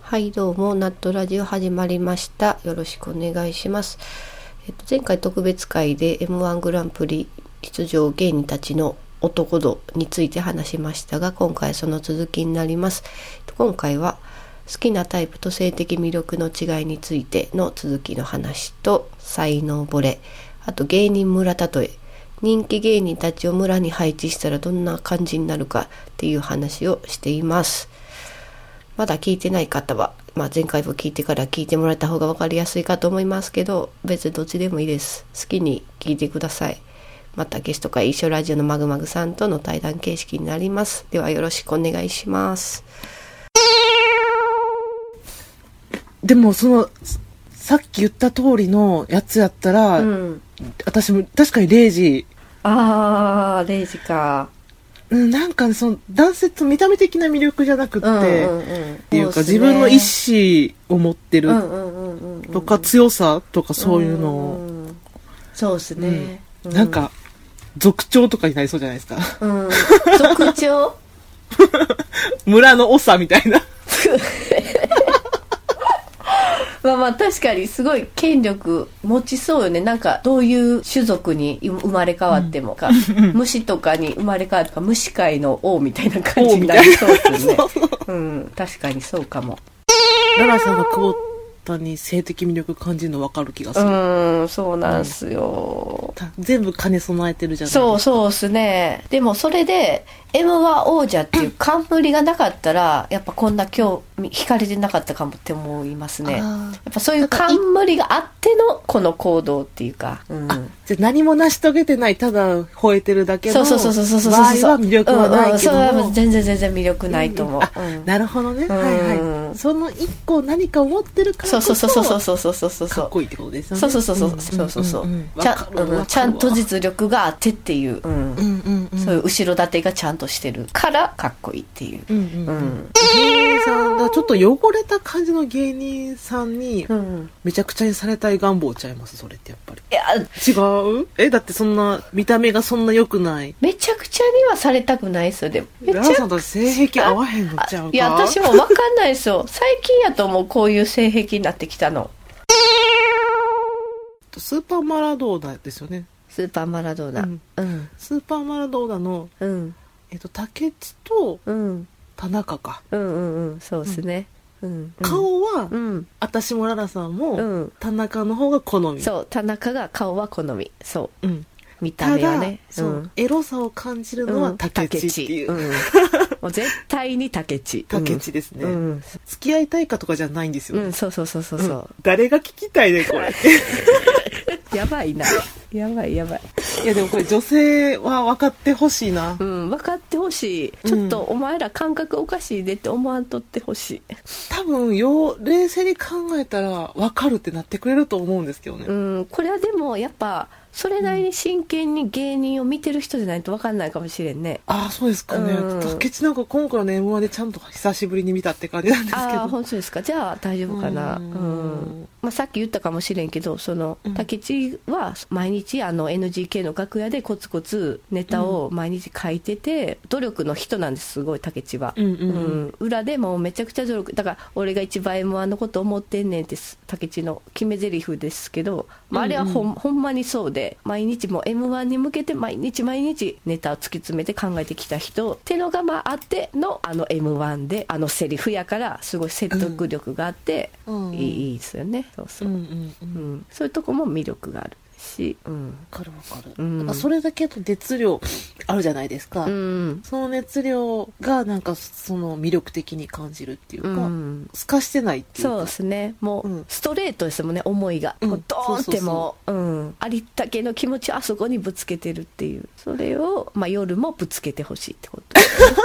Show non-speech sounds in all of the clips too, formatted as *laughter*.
はいどうもナットラジオ始まりましたよろしくお願いします、えっと、前回特別会で m 1グランプリ出場芸人たちの男度について話しましたが今回その続きになりますえっと今回は好きなタイプと性的魅力の違いについての続きの話と才能惚れあと芸人村たとえ人気芸人たちを村に配置したらどんな感じになるかっていう話をしていますまだ聞いてない方は、まあ、前回も聞いてから聞いてもらった方が分かりやすいかと思いますけど別にどっちでもいいです好きに聞いてくださいまたゲスト会一緒ラジオのマグマグさんとの対談形式になりますではよろしくお願いしますでもそのささっき言った通りのやつやったら、ん私も確かに0時、あー0時かうん、なんかねその男性と見た目的な魅力じゃなくって、っんていうか自分の意思を持ってうるんうんうんうんうんとか、強さとかそういうのを、んそうですね、うなんか族長とかになりそうじゃないですか *laughs* うん特徴村の長みたいなまあまあ確かにすごい権力持ちそうよねなんかどういう種族に生まれ変わってもか、虫とかに生まれ変わるとか虫界の王みたいな感じになりそうです *laughs* ね *laughs* うん確かにそうかも奈良さんが久保田に性的魅力感じるの分かる気がすうる、んそうなんすよ、た全部兼ね備えてるじゃないですかそうそうっすねでもそれで m 1王者っていう冠がなかったらやっぱこんな興味惹かれてなかったかもって思いますねやあーっぱそういう冠があってのこの行動っていうか、うん、じゃあ何も成し遂げてないただ吠えてるだけのそうそうそうそうそうそう場合は魅力はなうんいけども、うん、それは全然全然魅力ないと思う、あうんなるほどね、うんはいはいその一個何かを持ってるからそうこそそうそうそうそうそうそうそうかっこいいってことですよねそうそうそうそうそうそうそうちゃんうんちゃんと実力があってっていう、うんうんうんうんそういう後ろ盾がちゃんとしてるからかっこいいっていう、うんうんううんん芸人さんがちょっと汚れた感じの芸人さんにうん、めちゃくちゃにされたい願望ちゃいますそれってやっぱりいや違うえだってそんな見た目がそんな良くないめちゃくちゃにはされたくないっすよでもめちゃララさんと性癖合わへんのちゃうあかいや私も分かんないですよ *laughs* 最近やともうこういう性癖になってきたのスーパーマラドーナですよねスーパーマラドーナうんうんスーパーマラドーナの、うんえっと、竹内とうん田中か、うんうんうんそうですね、うん、顔は、うん私もララさんも、うん田中の方が好み、そう田中が顔は好みそうん、う見たた目はだ、ねそう、んエロさを感じるのは竹内っていう、うんもう絶対に竹内 *laughs* 竹内ですね、うん、うん付き合いたいかとかじゃないんですようね、ん、そうそうそうそうそう、誰が聞きたいねこ *laughs* れやばいなやばいやばいいやでもこれ女性は分かってほしいな、うん分かってほしいちょっとお前ら感覚おかしいでって思わんとってほしい多分よう冷静に考えたら分かるってなってくれると思うんですけどね、うんこれはでもやっぱそれなりに真剣に芸人を見てる人じゃないと分かんないかもしれんねああそうですかね、うん竹内なんか今回の m 1でちゃんと久しぶりに見たって感じなんですけああーど本当ですかじゃあ大丈夫かなううんん、まあ、さっき言ったかもしれんけどそのうん竹内は毎日あの NGK の楽屋でコツコツネタを毎日書いてて、努力の人なんですすごい竹内は、うんうんうんうん裏でもうめちゃくちゃ努力だから俺が一番 m 1のこと思ってんねんってす竹内の決め台詞ですけど、まあ、あれはほ,、んうんほんまにそうで毎日も m 1に向けて毎日毎日ネタを突き詰めて考えてきた人ってのがまああってのあの m 1であのセリフやからすごい説得力があって、うんいいいいですよねそうそうう、んううんんうんそういうとこも魅力があるしうん、わかるわかる、うんなんかそれだけの熱量あるじゃないですか、うんその熱量がなんかその魅力的に感じるっていううか、ん、透かしてないっていうかそうですねもう、うんストレートですもんね思いが、うんもうドーンってもううんありったけの気持ちをあそこにぶつけてるっていうそれを、まあ、夜もぶつけてほしいって *laughs* ことですね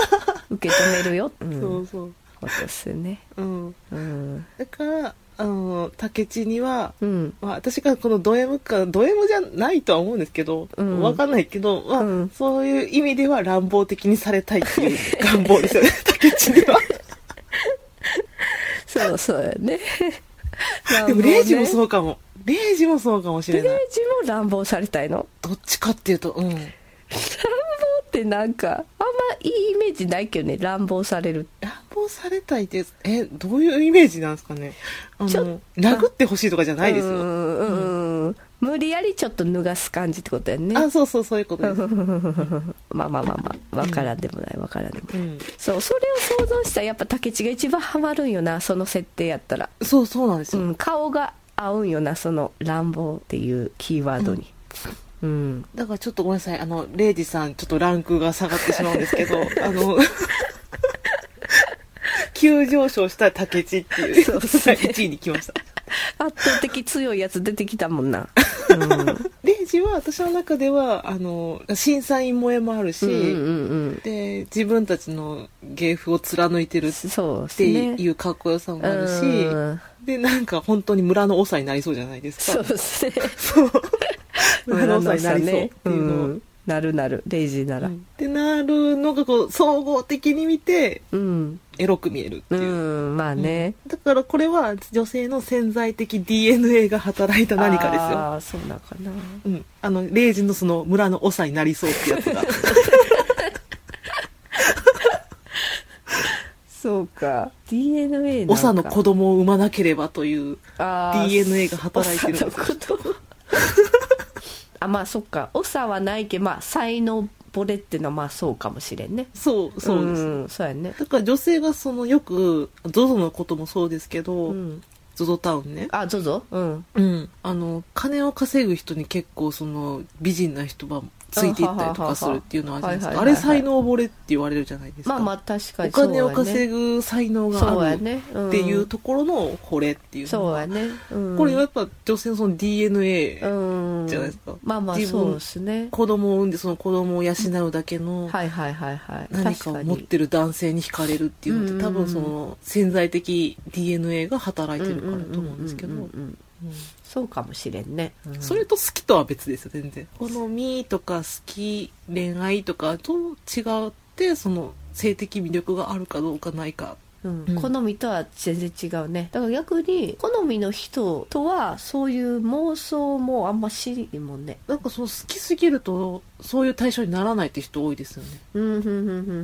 受け止めるよ、うん、そうそうことですねうんうん、だからあの竹地には、うん、まあ、私がこのド M かド M じゃないとは思うんですけど、うんわかんないけど、まあうんそういう意味では乱暴的にされたいっていう願望ですよね竹地にはそうそうやね *laughs* でもレイジもうそうかもレイジもそうかもしレれイないジも乱暴されたいのどっちかっていうとうん乱暴ってなんかあんまいいイメージないけどね乱暴される乱暴倒されたいですえどういうイメージなんですかねあちのょ殴ってほしいとかじゃないですうよ、んうんうん無理やりちょっと脱がす感じってことやねあそうそうそういうことです、まあまあまあまあわからんでもないわからんでもないうん、そうそれを想像したらやっぱ竹内が一番ハマるんよなその設定やったら、そうそうなんですうよ、ん、顔が合うんよなその乱暴っていうキーワードにうん、だからちょっとごめんなさいあのレイジさんちょっとランクが下がってしまうんですけ *laughs* どあの急上昇した竹内っていうそうですね1位に来ました圧倒的強いやつ出てきたもんな、レイジは私の中ではあの審査員萌えもあるし、うん、うんうんうんで自分たちの芸風を貫いてるっそうですてねいうかっこよさもあるし、うんでなんか本当に村の長になりそうじゃないですそかう *laughs* ですね村の長になりそうっねていうのを、んなるなるレイジーならうんってなるのがこう総合的に見てうんエロく見えるってういう、んまあね、だからこれは女性の潜在的 DNA が働いた何かですよああそうなんかなうん、あのレイジのその村の長になりそうってやつ *laughs* がそうか DNA なんか長の子供を産まなければというあー DNA が働いてるんです長のこと *laughs* あまあそっか長はないけどまあ才能ボレってのはまあそうかもしれんねそうそうです、んそうやねだから女性がそのよく ZOZO のこともそうですけど、うん、 ZOZO タウンねあゾゾうんうん、あの金を稼ぐ人に結構その美人な人はついていったりとかするっていうのはあるじゃないですかはあいはいはれいはい才能惚れって言われるじゃないですか、まあまあ確かおにそうやね金を稼ぐ才能がそうあやるねんっていうところの惚れっていうのそうは、やね、うん、これはやっぱ女性のその DNA、うんじゃないですかまあまあ自分そうですね子供を産んでその子供を養うだけのはいはいはいはい何かを持ってる男性に惹かれるっていうのっうてん多分その潜在的 DNA が働いてるからだと思うんですけど、うううんうんうんそうかもしれんね、うんそれと好きとは別ですよ全然好みとか好き恋愛とかと違ってその性的魅力があるかどうかないかうんうん好みとは全然違うねだから逆に好みの人とはそういう妄想もあんましいもんねなんかその好きすぎるとそういう対象にならないって人多いですよねうんうんうんうんう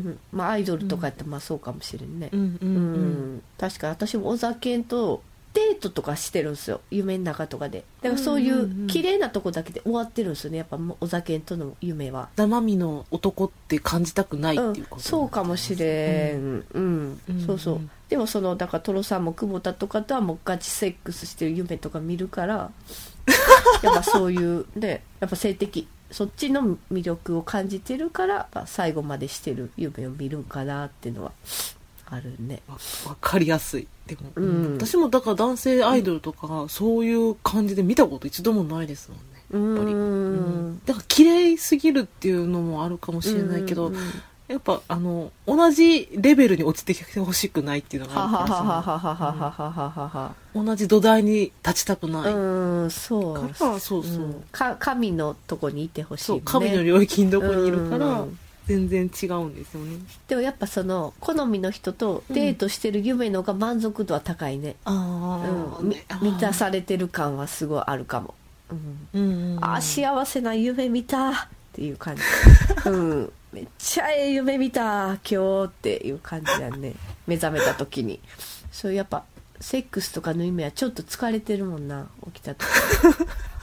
んまあアイドルとかやったらまあそうかもしれんねんううんん、確かに私も小酒とデートとかしてるんですよ夢の中とかでだからそういんうんううん綺麗なとこだけで終わってるんですよねやっぱもう小酒との夢は生身の男って感じたくないっていううことなんんですね、そうかもしれん、うんうんそうそううんでもそのだからトロさんも久保田とかとはもうガチセックスしてる夢とか見るからやっぱそういうねやっぱ性的そっちの魅力を感じてるからやっぱ最後までしてる夢を見るんかなっていうのはあるねわわかりやすいでも、うん私もだから男性アイドルとかそういう感じで見たこと一度もないですもんうねぱりんだから綺麗すぎるっていうのもあるかもしれないけうど、んうんうんやっぱあの同じレベルに落ちてきてほしくないっていうのがはあるかはらはははははそのはははうん同じ土台に立ちたくない、はうんそうだからそうそう、うんか神のとこにいてほしいそもんうね神の領域にどこにいるから、うん全然違うんですよねでもやっぱその好みの人とデートしてる夢のが満足度は高いね、あうんみ満たされてる感はすごいあるかも、うんうんうんうんあー幸せな夢見たっていう *laughs* 感じ、うん、めっちゃええ夢見た今日っていう感じやね目覚めた時にそうやっぱセックスとかの夢はちょっと疲れてるもんな起き *laughs* た時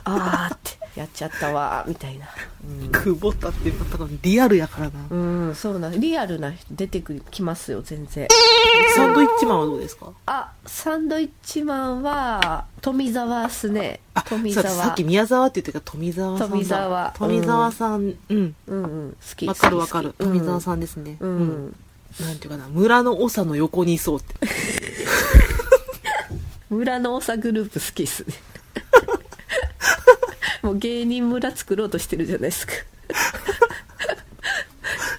あーってやっちゃったわーみたいな、うん久保田ってまたリアルやからな、 *laughs* うん、そうなんリアルな人出てくるきますよ全然サンドイッチマンはどうですかあサンドイッチマンは富澤っすねあ富そう澤ださっき宮沢って言ってたから富澤さんだ富澤富澤さんうんうんうん好きわ、かるわかる富澤んさんですねうん、なんていうかな村の長の横にいそうって村の長グループ好きっす *laughs* ねもう芸人村作ろうとしてるじゃないですか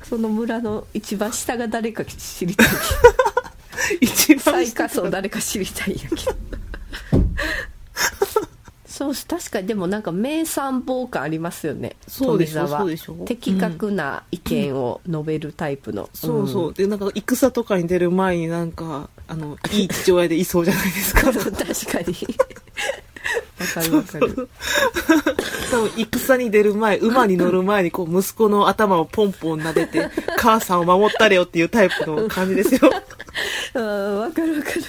その村の一番下が誰か知りたい *laughs* 一番最下下層誰か知りたいんや *laughs* けどそうっす確かにでもなんか名参謀感ありますよねそうでし富ょ澤そうでしょ的確な意見を述べるタイプの、そうそう、んでなんか戦とかに出る前になんかあのいい父親でいそうじゃないですか確かにわかるわかる多分戦に出る前馬に乗る前にこう息子 *laughs* の頭をポンポン撫でて母さんを守ったれよっていうタイプの感じですようんわかるわかる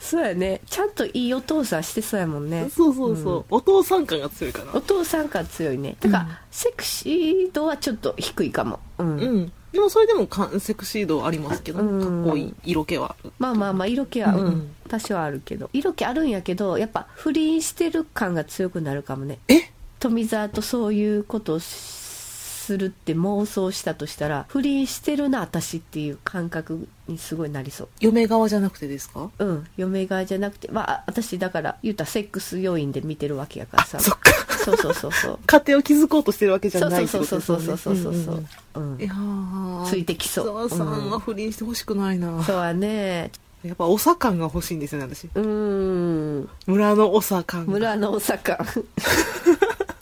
そうやねちゃんといいお父さんしてそうやもんねそうそうそう、お父さん感が強いかおな父さん感強いねだから、うんセクシー度はちょっと低いかもうん、うんでもそれでもかセクシー度ありますけど、うんかっこいい色気はまあまあまあ色気は、うんうん多少はあるけど色気あるんやけどやっぱ不倫してる感が強くなるかもねえ富澤とそういうことをするって妄想したとしたら不倫してるな私っていう感覚にすごいなりそう嫁側じゃなくてですかうん嫁側じゃなくてまあ私だから言うたらセックス要因で見てるわけやからさそっかそうそうそうそう家庭を築こうとしてるわけじそゃうないってそうことそうですそうよねそうそうそうそんうんうんいやーついてきそう沢さんは不倫してほしくないな、そうはねやっぱおさ感が欲しいんですよね私うーん村のおさ感が村の大 *laughs* 阪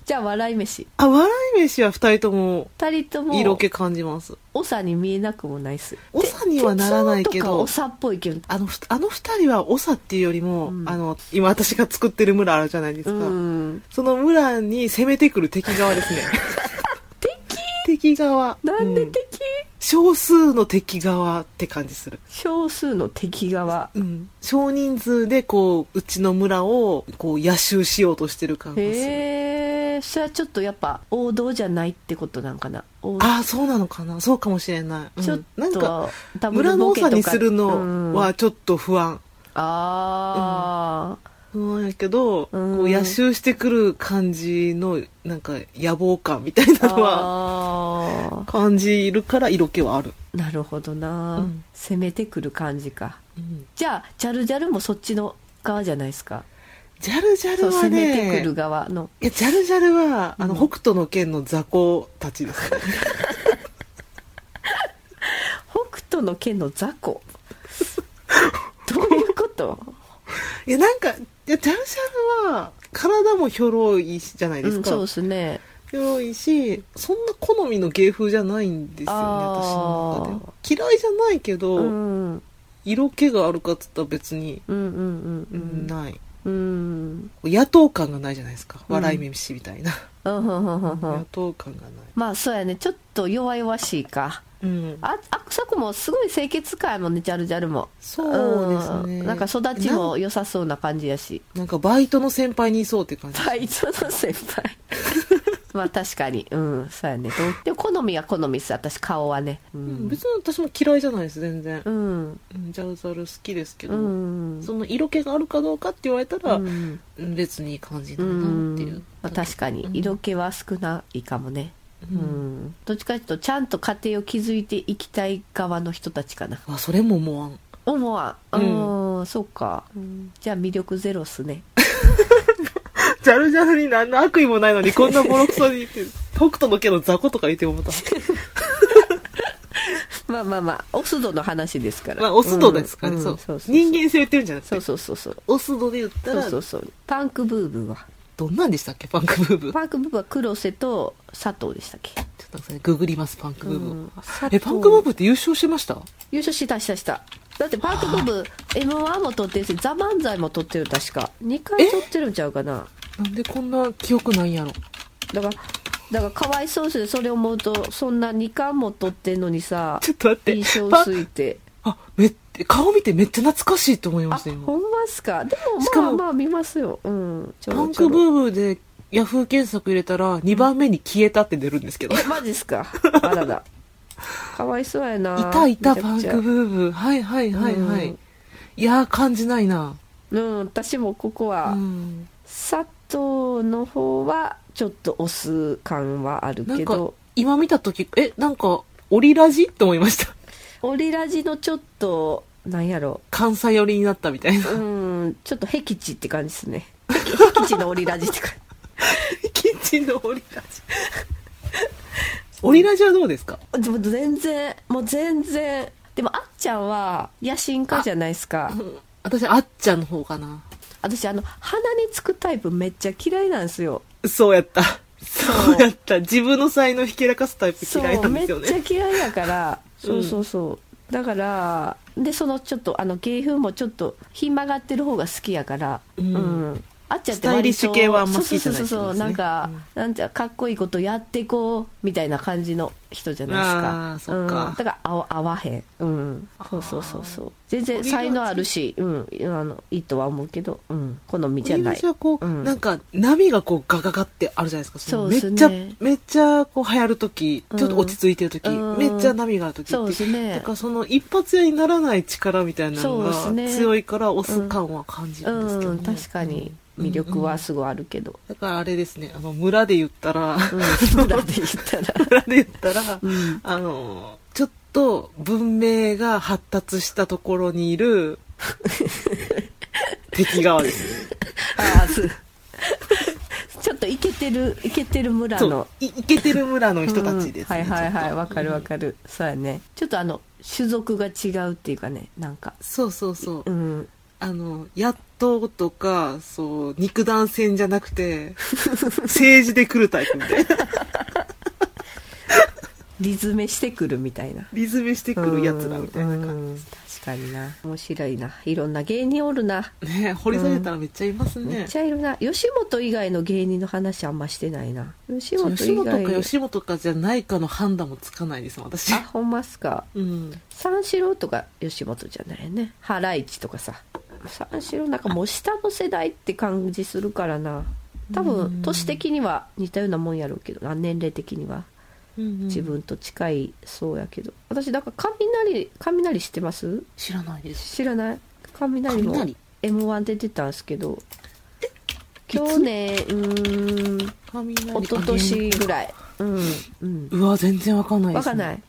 じゃあ笑い飯あ笑い飯は二人とも二人とも色気感じます長に見えなくもないっす長にはならないけどおさっぽいけどあのふあの二人は長っていうよりも、うんあの今私が作ってる村あるじゃないですうか、んその村に攻めてくる敵 *laughs* 側ですね敵敵側なんでうん敵、少数の敵側って感じする少数の敵側うん少人数でこううちの村をこう野襲しようとしてる感じするへえそれはちょっとやっぱ王道じゃないってことなんかな王ああそうなのかなそうかもしれない、うんちょっと、なんかダブ村ルのボ多ケとさかにするうんのはちょっと不安、ああ、不安やけど、うんこう野襲してくる感じのなんか野望感みたいなのはあ *laughs* 感じるから色気はある、ーなるほどな、うん攻めてくる感じかうん、じゃあジャルジャルもそっちの側じゃないですかジャルジャそうルは攻めてねくる側のいやジャルジャルはあの、うん北斗の拳の雑魚たちで *laughs* すね北斗の剣の雑 *laughs* 魚どういうこといやなんかいやジャルジャルは体もひょろいじゃないですうんか、そうですねひょろいしそんな好みの芸風じゃないんですよねあー私の中では嫌いじゃないけど、うんうん色気があるかっつったら別にうんうんうんない、うん野党感がないじゃないですかうん笑い飯みたいな、うんうんうんうんう野ん党感がない、まあそうやねちょっと弱々しいかうん、ああそこもすごい清潔感やもんねジャルジャルもそうですねんなんか育ちも良さそうな感じやしなんかバイトの先輩にいそうって感じバイトの先輩 *laughs* まあ確かにうんそうやねどうでも好みは好みっす私顔はねううんん別に私も嫌いじゃないです全然う、んうんジャルジャル好きですけうど、んその色気があるかどうかって言われたら、うんうん別にいい感じだう、なっていうんまあ、確かにうん色気は少ないかもねううんん、どっちかというとちゃんと家庭を築いていきたい側の人たちかなあそれも思わん思わんううん、そうか、うんじゃあ魅力ゼロっすね *laughs* *laughs* ジャルジャルに何の悪意もないのにこんなボロクソに言 *laughs* ってる北斗の家の雑魚とか言って *laughs* もまたまあまあまあオス度の話ですからまあオス度ですかね、うんそううんそうそう人間性を言ってるんじゃなくてそうそうそうそうオス度で言っそたうらそうそうパンクブーブーはどんなんでしたっけパンクブーブーちょパンクブーブーは黒瀬と佐藤でしたっけっと待ってくださいねググりますパンクブーブー、うん佐藤えパンクブーブーって優勝してました優勝したしたしただってパークブーブ m 1も取ってるし「ザ・漫才も取ってる確か2回取ってるんちゃうかななんでこんな記憶ないんやろだからだからかわいそうですねそれ思うとそんな2巻も取ってんのにさちょっと待って印象パン薄いてあめっ顔見てめっちゃ懐かしいと思いまあした今ほんまっすかでもしかまあもまあ見ますようんちょパろンちょクろブーブーでヤフー検索入れたら2番目に消えたって出るんですけど、えマジっすかあ *laughs* ららかわいそうやないいたいためちパゃンくちゃクブーブーはいはいはいはい、うんいやー感じないなうん私もここは、うん佐藤の方はちょっと押す感はあるなんけかど今見た時えなんかオリラジって思いました *laughs* オリラジのちょっとなんやろ関西寄りになったみたいなううんちょっと僻地って感じですね僻僻地のオリラジって感じキッチンのオリラジオリラジはどうですかでも全然もう全然でもあっちゃんは野心家じゃないですか私あっちゃんの方かな私あの鼻につくタイプめっちゃ嫌いなんですよそうやったそうそうやった自分の才能をひけらかすタイプそ嫌いうなんめっですよちゃね嫌いや *laughs* から、うんそうそうそうだからでそのちょっとあの芸風もちょっとひん曲がってる方が好きやからうんあっちゃんって割とスタイリッシュ系はあんま好きじゃないそうそうそうそうってことですねなんか、なんていうかかっこいいことやってこうみたいな感じの人じゃないですか。あーそっかうんだから合わ合わへん。うん。そうそうそうそう。全然才能あるし、うん。あの、いいとは思うけど、うん。好みじゃない私。はこう、うんなんか波がこうガガガってあるじゃないですかそのうっすねめっちゃめっちゃこう流行る時うんちょっと落ち着いてる時、うんめっちゃ波がある時ってそうですなんね。かその一発屋にならない力みたいなのそうがっすね強いから押す感は感じるんですけど、うねん。確かに魅力はすごいあるけど。だからあれですねあの村で言ったらうん。村で言ったら。村で言ったら、うん。あのちょっと文明が発達したところに *laughs* いる敵側ですねああ、す。 *laughs* ちょっとイケてる、イケてる村そのう。いイケてる村の人たちですね、うんはいはいちょはっいとわかるわかる、そうやねちょっとあの種族が違うっていうかねなんかそうそうそう、うんあのやっととかそう肉弾戦じゃなく *laughs* て政治で来るタイプみたいなリズメしてくるみたいなリズムしてくるやつらみたいなうんう感ん確かにな面白いないろんな芸人おるなじね掘り下げたらめっちゃいますね、めっちゃいるな吉本以外の芸人の話あんましてないな吉本以外吉本か吉本かじゃないかの判断もつかないです私あほんまっすかうん三四郎とか吉本じゃないねハライチとかさ三四郎なんかもう下の世代って感じするからな多うん分年的には似たようなもんやろうけどな年齢的には自自分と近いそうやけど、私なんか雷雷知ってます知らないです知らない雷も雷 m 1で出たんすけど去年うーん雷一昨年ぐらいうんうんうわ全然わかんないでわす、ね、かんない、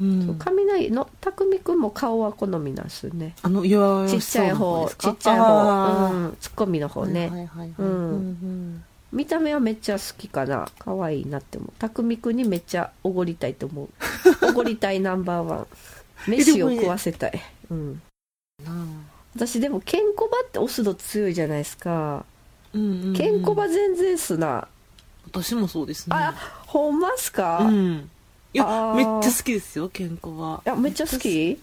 うん、雷の匠くんも顔は好みなんすねあの弱々ちっしちそうゃいな方方ですかちっちゃいあ方、ーうん、ツッコミの方ね、はいはいはいはいうんん見た目はめっちゃ好きかな可愛いなって思う匠くんにめっちゃおごりたいと思 *laughs* うおごりたいナンバーワン飯を食わせたい、うん、うんなあ私でもケンコバってオス度強いじゃないですかうんうんうんケンコバ全然っすな、私もそうですねあほんまっすか、ういんいやあーめっちゃ好きですよ健康はやめっちゃ好き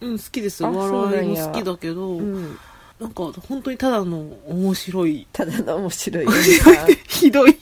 うん好きですよあそうな笑いんもや好きだけどな,、うんんか本当にただの面白いただの面白 *laughs* いひどいち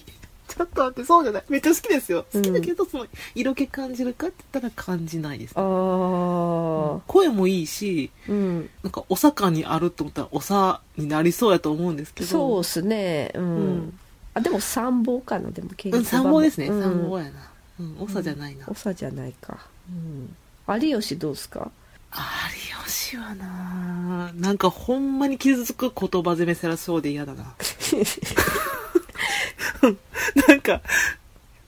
ょっと待ってそうじゃないめっちゃ好きですよう好んきだけど、その色気感じるかって言ったら感じないですあー声もいいしうんなんかお坂にあると思ったらおさになりそうやと思うんですけどそうっすねうん、うんあでも参謀かなでもケンコバうんも参謀ですねうん参謀やなうんおさじゃないな、長じゃないか、うん、有吉どうですか有吉はななんかほんまに傷つく言葉攻めさらそうで嫌だななんか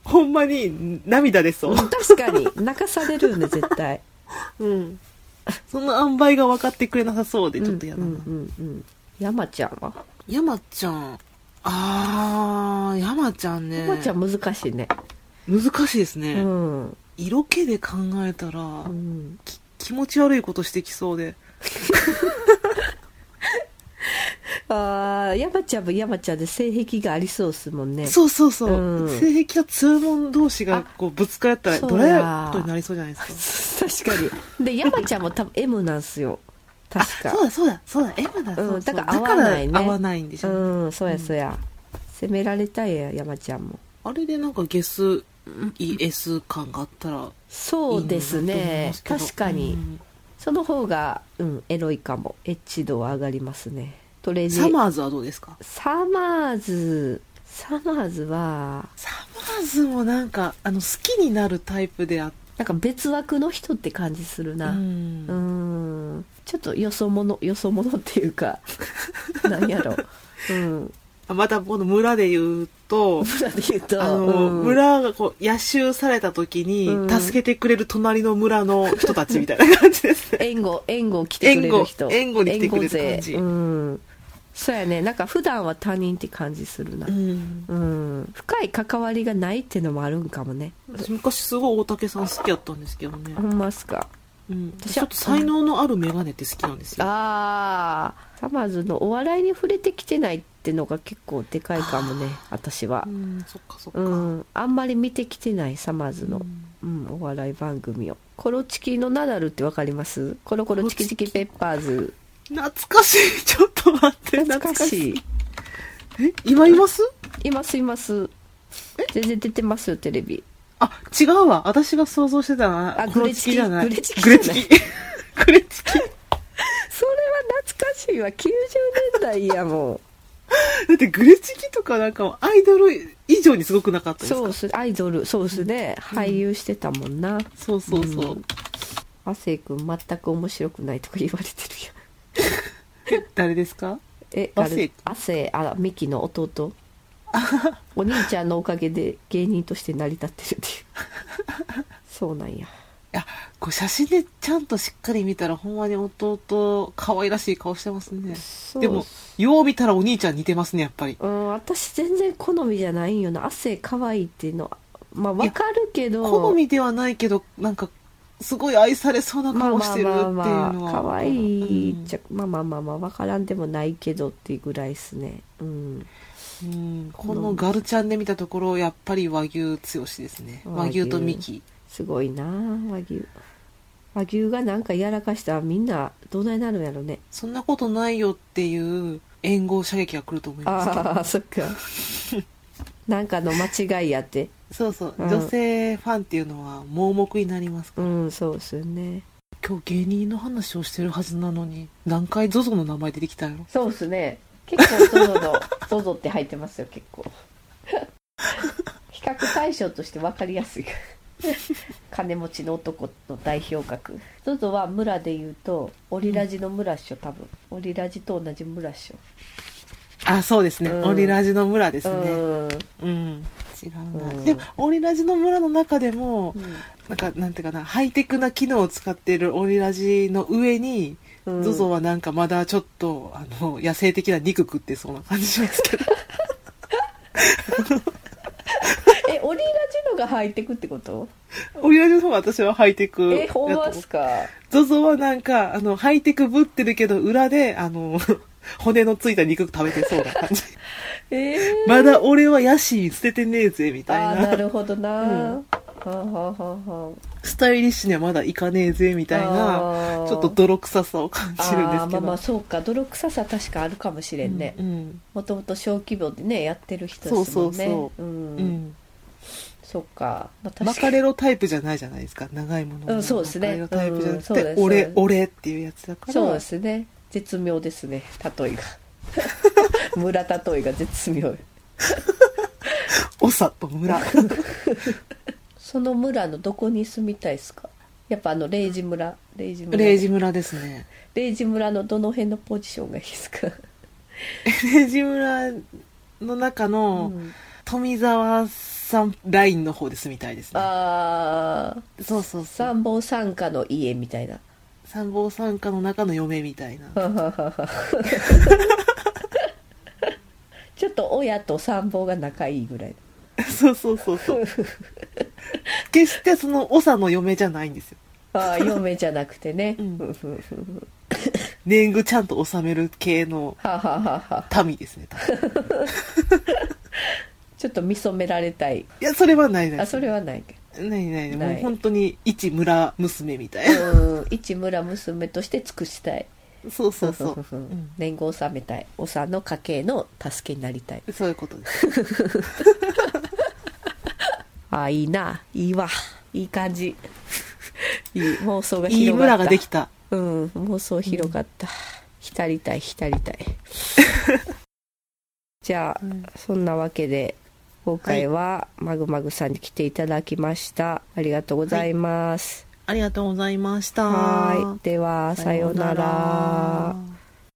ほんまに涙出そ *laughs* う、確かに泣かされるよね絶対 *laughs* うん、その塩梅が分かってくれなさそうでちょっと嫌だな、うんうんうんうん山ちゃんは、山ちゃんあー山ちゃんね山ちゃん難しいね難しいですね、うん、色気で考えたら、うん、き気持ち悪いことしてきそうであー山ちゃんも山ちゃんで性癖がありそうっすもんねそうそうそう、うん性癖は強い者同士があこうぶつかり合ったらそうどれやことになりそうじゃないですか確かにで山ちゃんも多分 M なんすよ確あそうかだそうだそうだ M だ、そうそうだから合わないねだから合わないんでしょ、うんそうやそうや、責められたいや山ちゃんもあれでなんかゲス ES 感があったらいいのになそうですと思いねますけど確かに、うんその方が、うん、エロいかも。エッチ度は上がりますね。トレジサマーズはどうですかサマーズ、サマーズは、サマーズもなんかあの好きになるタイプであっなんか別枠の人って感じするたな。うん、んちょっとよそ者、よそ者っていう *laughs* か、なんやろ。 *laughs* うん。またこの村で言うと村で言うと、あの、うん村がこう野襲された時に、うん助けてくれる隣の村の人たちみたいな感じですね援護、援護来てくれる人。援護援護に来てくれる感じ援護勢うん。そうやね。なんか普段は他人って感じするな。んうん。深い関わりがないってのもあるんかもね。私昔すごい大竹さん好きやったんですけどね、ほんますか。うん、私私ちょはっと才能のあるメガネって好きなんですよああサマーズのお笑いに触れてきてないってのが結構でかいかもね私はうんそっかそっか、うんあんまり見てきてないサマーズの、うん、お笑い番組をコロチキのナダルってわかりますコロコロチキチキペッパーズ懐かしいちょっと待って懐かしい懐かしいえ今いますいますいます全然出てますよテレビああ、違うわ。私が想像してたのは、あコロチキじゃない。グレチキグレチキ。グレチキ。 *laughs* それは懐かしいわ90年代やもだってグレチキとかなんかアイドル以上にすごくなかったうです *laughs* かそうっすアイドルそうっすね、俳優してたもんなそうそうそううん亜生君全く面白くないとか言われてるやんえ誰ですかえ亜あ生れ亜生あらミキの *laughs* 弟お兄ちゃんのおかげで芸人として成り立ってるっていう *laughs* そうなんやいや、こう写真でちゃんとしっかり見たらほんまに弟、可愛らしい顔してますね。そうでも、よう見たらお兄ちゃん似てますね、やっぱり。うん私全然好みじゃないんよな亜生可愛いっていうのはまあわかるけど好みではないけど、なんか、すごい愛されそうなまあ顔ましあてるっていうのは。まあまあ可愛いうんっちゃ、まあまあまあまあわからんでもないけどっていうぐらいですねうんうんこのガルちゃんで見たところやっぱり和牛強しですね和和牛牛とミキすごいなあ和牛和牛がなんかやらかしたらみんなどないなるんやろねそんなことないよっていう援護射撃が来ると思いますけどああそっかなんかの間違いやってそうそう、うん女性ファンっていうのは盲目になりますかうんそうっすよねら今日芸人の話をしてるはずなのに何回 ZOZO の名前出てきたんやろそうっすね結構ゾゾ *laughs* のゾゾって入ってますよ結構比較対象として分かりやすい金持ちの男の代表格ゾゾは村で言うとオリラジの村っしょ多分オリラジと同じ村っしあそうですね、うんオリラジの村でょすねんうん、違うな、うんでもオリラジの村の中でもうなんかなんていうかなハイテクな機能を使ってるオリラジの上にんゾゾはなんかまだちょっとあの野生的な肉食ってそうな感じしますけど *laughs* えオリラジのが入ってくってこと親父の方が私はハイテクえだとほん思まうっすかゾゾはなんかあのハイテクぶってるけど裏であの *laughs* 骨のついた肉食べてそう *laughs* な感じええまだ俺は野心捨ててねえぜみたあいーななるほどな、うんはあはあはあはあスタイリッシュにはまだいかねえぜみたいなあーちょっと泥臭さを感じるんですあーけまどあまあそうか泥臭さ確かあるかもしれんねうんうんもともと小規模でねやってる人ですもんね、そうそううんんそっか、まあ、マ確かカレロタイプじゃないじゃないですか長いもののうんそうですねマカレロタイプじゃなうんそうくてで「す俺俺」っていうやつだからそうですね絶妙ですね例え *laughs* が村例えが絶妙おさと村その村のどこに住みたいですかやっぱあの0時村0時村 *laughs* レイジ村ですね0時村のどの辺のポジションがいいですか、レイジ村の中うのん、富澤さんラインの方で住みたいですねああそうそうそう参謀傘下の家みたい *laughs* な参謀参加の中の嫁みたい *laughs* なちょっと親と参謀が仲いいぐらいそうそうそうそう決してそのおさの嫁じゃないんですよああ嫁じゃなくてね、ううんん、年貢ちゃんと納める系のはあはあはあはあ民ですね多 *laughs* 分ちょっと見初められたいいやそれはないなあいそれはないけないないないもう本当に一村娘みたいなどうん一村娘として尽くしたいそうそうそう。うん年号を納めたいおさんの家計の助けになりたいそういうことです。ああいいないいわいい感じいい妄想が広がったいい村ができ *laughs* た。うん妄想広がった、浸りたい浸りたいじゃあ、そんなわけで今回はマグマグさんに来ていただきました、ありがとうございます、ありがとうございました。はーいではさようなら。ら。